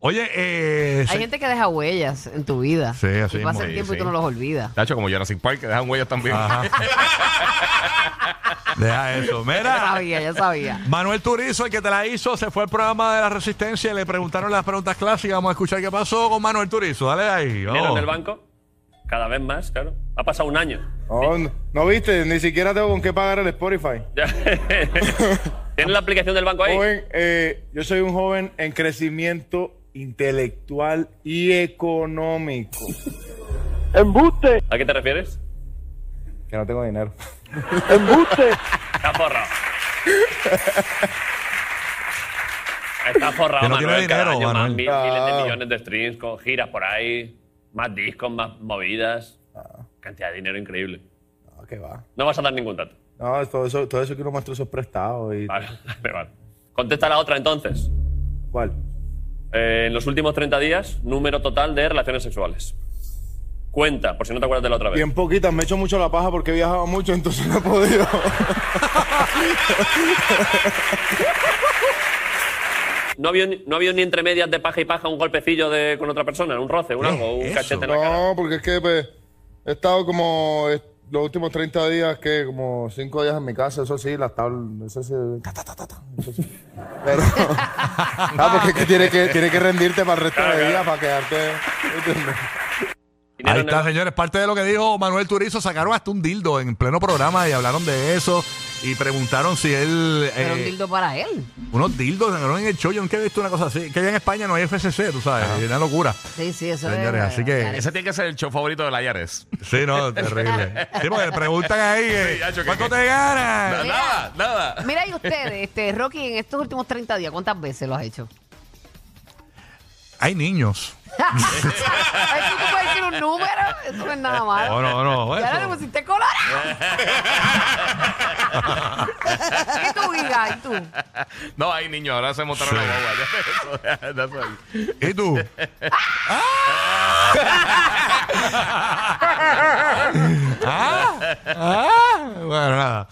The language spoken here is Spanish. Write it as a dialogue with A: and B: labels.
A: Oye, eh.
B: Hay
A: se-
B: gente que deja huellas en tu vida.
A: Sí, así
B: Y pasa
A: mismo,
B: el tiempo
A: sí.
B: y tú no los olvidas.
C: Tacho, como Jurassic Park, que dejan huellas también.
A: Ajá. Deja eso.
B: Ya
A: Mira.
B: sabía, ya sabía.
A: Manuel Turizo, el que te la hizo, se fue al programa de la Resistencia y le preguntaron las preguntas clásicas. Vamos a escuchar qué pasó con Manuel Turizo. Dale ahí.
D: dinero
A: vamos.
D: en el banco, cada vez más, claro. Ha pasado un año.
E: Oh, no, no viste, ni siquiera tengo con qué pagar el Spotify.
D: Ya. ¿Tienes la aplicación del banco ahí?
E: Joven, eh, yo soy un joven en crecimiento intelectual y económico.
F: Embuste,
D: ¿A qué te refieres?
E: Que no tengo dinero.
F: embuste.
D: Está forrado. Está forrado,
A: Que no
D: Manuel,
A: tiene
D: cada
A: dinero,
D: año más,
A: Manuel.
D: mil- miles de
E: Ah.
D: millones de streams con giras por ahí, más discos, más movidas. Cantidad de dinero increíble.
E: No, Ah, que va.
D: No vas a dar ningún dato.
E: No, todo eso, todo eso que uno muestra eso es prestado. Y...
D: Vale, pero vale. Contesta la otra entonces.
E: ¿Cuál?
D: Eh, en los últimos 30 días, número total de relaciones sexuales. Cuenta, por si no te acuerdas de la otra vez.
E: Bien poquitas, me echo mucho la paja porque he viajado mucho, entonces no he podido.
D: No había, ni- no había ni entre medias de paja y paja un golpecillo de, con otra persona, un roce, un
A: ¿Qué
D: algo, un
A: es eso?
D: cachete en la cara.
E: No, porque es que pues, he estado como eh, los últimos 30 días, que como 5 días en mi casa, eso sí, las tablas, eso sí, ta, ta, ta, ta, ta, eso sí. Pero, ah, porque es que tienes que, tienes que rendirte para el resto
D: Claro,
E: de
D: claro.
E: días, para quedarte. ¿entiendes?
D: Dinero
A: Ahí
D: en
A: está,
D: el-
A: señores. Parte de lo que dijo Manuel Turizo, sacaron hasta un dildo en pleno programa y hablaron de eso y preguntaron si él.
B: Pero un
A: eh,
B: dildo para él.
A: Unos dildos sacaron en el show. Yo nunca he visto una cosa así. Que allá en España no hay FCC, tú sabes. Es una locura.
B: Sí, sí, eso
A: Señores,
B: es.
A: así que.
C: Ese tiene que ser el show favorito de la Yares.
A: Sí, no, terrible. Sí, porque le preguntan ahí, eh,
C: Sí, Nacho, que-
A: ¿cuánto
C: que-
A: te ganas?
C: nada, nada.
B: Mira, y ustedes, este, Rocky, en estos últimos 30 días, ¿cuántas veces lo has hecho?
A: Hay niños.
B: es que tú puedes decir un número, eso no es nada malo.
A: Oh, No, no, no.
B: Y ahora
A: eso.
B: le pusiste colorado. ¿Qué tú digas? ¿Y tú?
C: No, hay niños, ahora se montaron
A: Sí.
C: la guagua. Ya, eso, ya, eso ahí.
A: ¿Y tú? ¡Ah! ¡Ah! ¡Ah! Bueno, nada.